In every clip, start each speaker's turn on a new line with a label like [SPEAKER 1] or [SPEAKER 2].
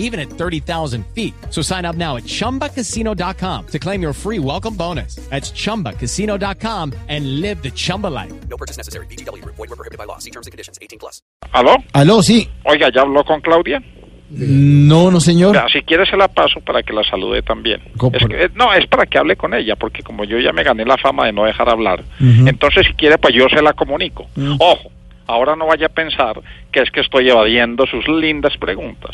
[SPEAKER 1] even at 30,000 feet. So sign up now at ChumbaCasino.com to claim your free welcome bonus. That's ChumbaCasino.com and live the Chumba life.
[SPEAKER 2] No purchase necessary. BGW. Void were prohibited by law. See terms and conditions. 18 plus.
[SPEAKER 3] ¿Aló?
[SPEAKER 4] Aló, sí.
[SPEAKER 3] Oiga, ¿ya habló con Claudia?
[SPEAKER 4] No, no, señor.
[SPEAKER 3] Ya, si quiere se la paso para que la salude también.
[SPEAKER 4] Ah. ¿Cómo?
[SPEAKER 3] Es que- eh, no, es para que hable con ella, porque como yo ya me gané la fama de no dejar hablar, entonces si quiere pues yo se la comunico.
[SPEAKER 4] Mm.
[SPEAKER 3] Ojo, ahora no vaya a pensar que es que estoy evadiendo sus lindas preguntas.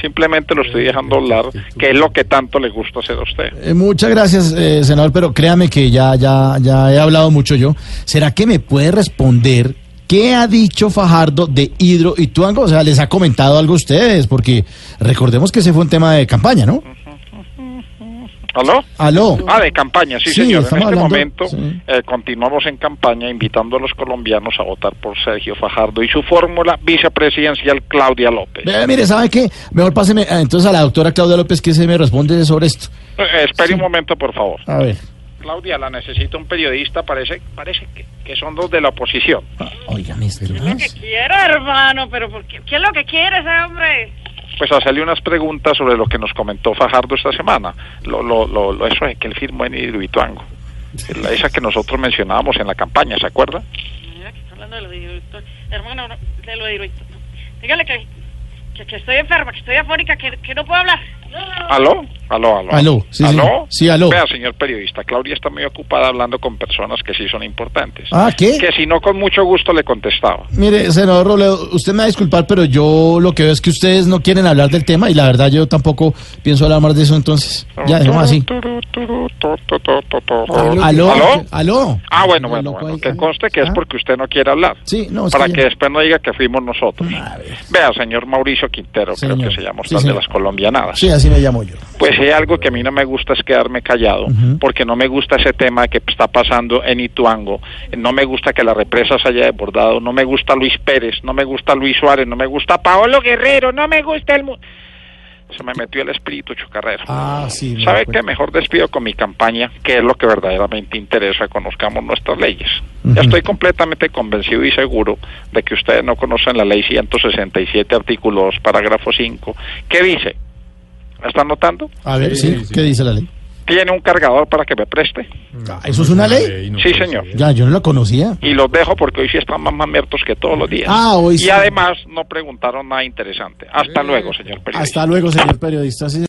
[SPEAKER 3] Simplemente lo estoy dejando hablar, que es lo que tanto le gusta hacer a usted.
[SPEAKER 4] Eh, muchas gracias, eh, senador, pero créame que ya, ya, ya he hablado mucho yo. ¿Será que me puede responder qué ha dicho Fajardo de Hidro y Tuango? O sea, ¿les ha comentado algo a ustedes? Porque recordemos que ese fue un tema de campaña, ¿no?
[SPEAKER 3] ¿Aló?
[SPEAKER 4] Aló.
[SPEAKER 3] Ah, de campaña, sí,
[SPEAKER 4] Sí,
[SPEAKER 3] señor. En este
[SPEAKER 4] estamos hablando-
[SPEAKER 3] momento
[SPEAKER 4] sí.
[SPEAKER 3] eh, continuamos en campaña invitando a los colombianos a votar por Sergio Fajardo y su fórmula vicepresidencial Claudia López.
[SPEAKER 4] Eh, mire, ¿sabe qué? Mejor páseme eh, entonces a la doctora Claudia López que se me responde sobre esto.
[SPEAKER 3] Eh, espere un momento, por favor.
[SPEAKER 4] A ver.
[SPEAKER 3] Claudia, la necesita un periodista, parece, parece que, que son dos de la oposición.
[SPEAKER 4] Oigan, esto ¿no?
[SPEAKER 5] que quiera, hermano, pero ¿por qué, ¿qué es lo que quiere ese hombre?
[SPEAKER 3] Pues hacerle unas preguntas sobre lo que nos comentó Fajardo esta semana, lo, lo, lo, lo- eso es que él firmó en Hidroituango, la esa que nosotros mencionábamos en la campaña, ¿se acuerda?
[SPEAKER 5] Mira, que está hablando de lo de director. Hermano, no, de lo de director. Dígale que, que, que estoy enferma, que estoy afónica, que, que no puedo hablar.
[SPEAKER 3] ¿Aló? ¿Aló? ¿Aló?
[SPEAKER 4] Aló, sí,
[SPEAKER 3] ¿Aló?
[SPEAKER 4] señor. Sí, aló.
[SPEAKER 3] Vea, señor periodista, Claudia está muy ocupada hablando con personas que sí son importantes.
[SPEAKER 4] Ah, ¿qué?
[SPEAKER 3] Que si no, con mucho gusto le contestaba.
[SPEAKER 4] Mire, senador Robledo, usted me va a disculpar, pero yo lo que veo es que ustedes no quieren hablar del tema y la verdad yo tampoco pienso hablar más de eso entonces. Ya, dejemos así. Ah,
[SPEAKER 3] Turu, turu, tu, tu, tu, tu, tu.
[SPEAKER 4] ¿Aló?
[SPEAKER 3] ¿Aló?
[SPEAKER 4] ¿Aló?
[SPEAKER 3] Ah, bueno,
[SPEAKER 4] Lo
[SPEAKER 3] bueno,
[SPEAKER 4] cual-
[SPEAKER 3] bueno. Que conste que es
[SPEAKER 4] Ah,
[SPEAKER 3] porque usted no quiere hablar.
[SPEAKER 4] Sí, no, es
[SPEAKER 3] Para
[SPEAKER 4] que
[SPEAKER 3] que
[SPEAKER 4] ya-
[SPEAKER 3] después no diga que fuimos nosotros. Vea, señor Mauricio Quintero, creo
[SPEAKER 4] Señor.
[SPEAKER 3] que se llama
[SPEAKER 4] Sí,
[SPEAKER 3] usted de
[SPEAKER 4] señor.
[SPEAKER 3] las colombianadas.
[SPEAKER 4] Sí, así me llamo yo.
[SPEAKER 3] Pues hay algo que a mí no me gusta es quedarme callado, porque no me gusta ese tema que está pasando en Ituango, no me gusta que la represa se haya desbordado, no me gusta Luis Pérez, no me gusta Luis Suárez, no me gusta Paolo Guerrero, no me gusta el... mu- Se me metió el espíritu chocarrero.
[SPEAKER 4] Ah, sí. me
[SPEAKER 3] ¿Sabe
[SPEAKER 4] acuerdo.
[SPEAKER 3] qué? Mejor despido con mi campaña, que es lo que verdaderamente interesa, conozcamos nuestras leyes. Ya estoy completamente convencido y seguro de que ustedes no conocen la ley 167, artículo 2, parágrafo 5. ¿Qué dice? ¿La están notando?
[SPEAKER 4] A ver, sí, ¿qué dice la ley?
[SPEAKER 3] ¿Tiene un cargador para que me preste?
[SPEAKER 4] Ah, ¿Eso es una ley?
[SPEAKER 3] sí, señor.
[SPEAKER 4] Ya, yo no la conocía.
[SPEAKER 3] Y los dejo porque hoy sí están más mamertos que todos los días.
[SPEAKER 4] Ah, hoy
[SPEAKER 3] y
[SPEAKER 4] sí. Eh,
[SPEAKER 3] además no preguntaron nada interesante. Hasta luego, señor periodista.
[SPEAKER 4] Hasta luego, señor periodista. Sí,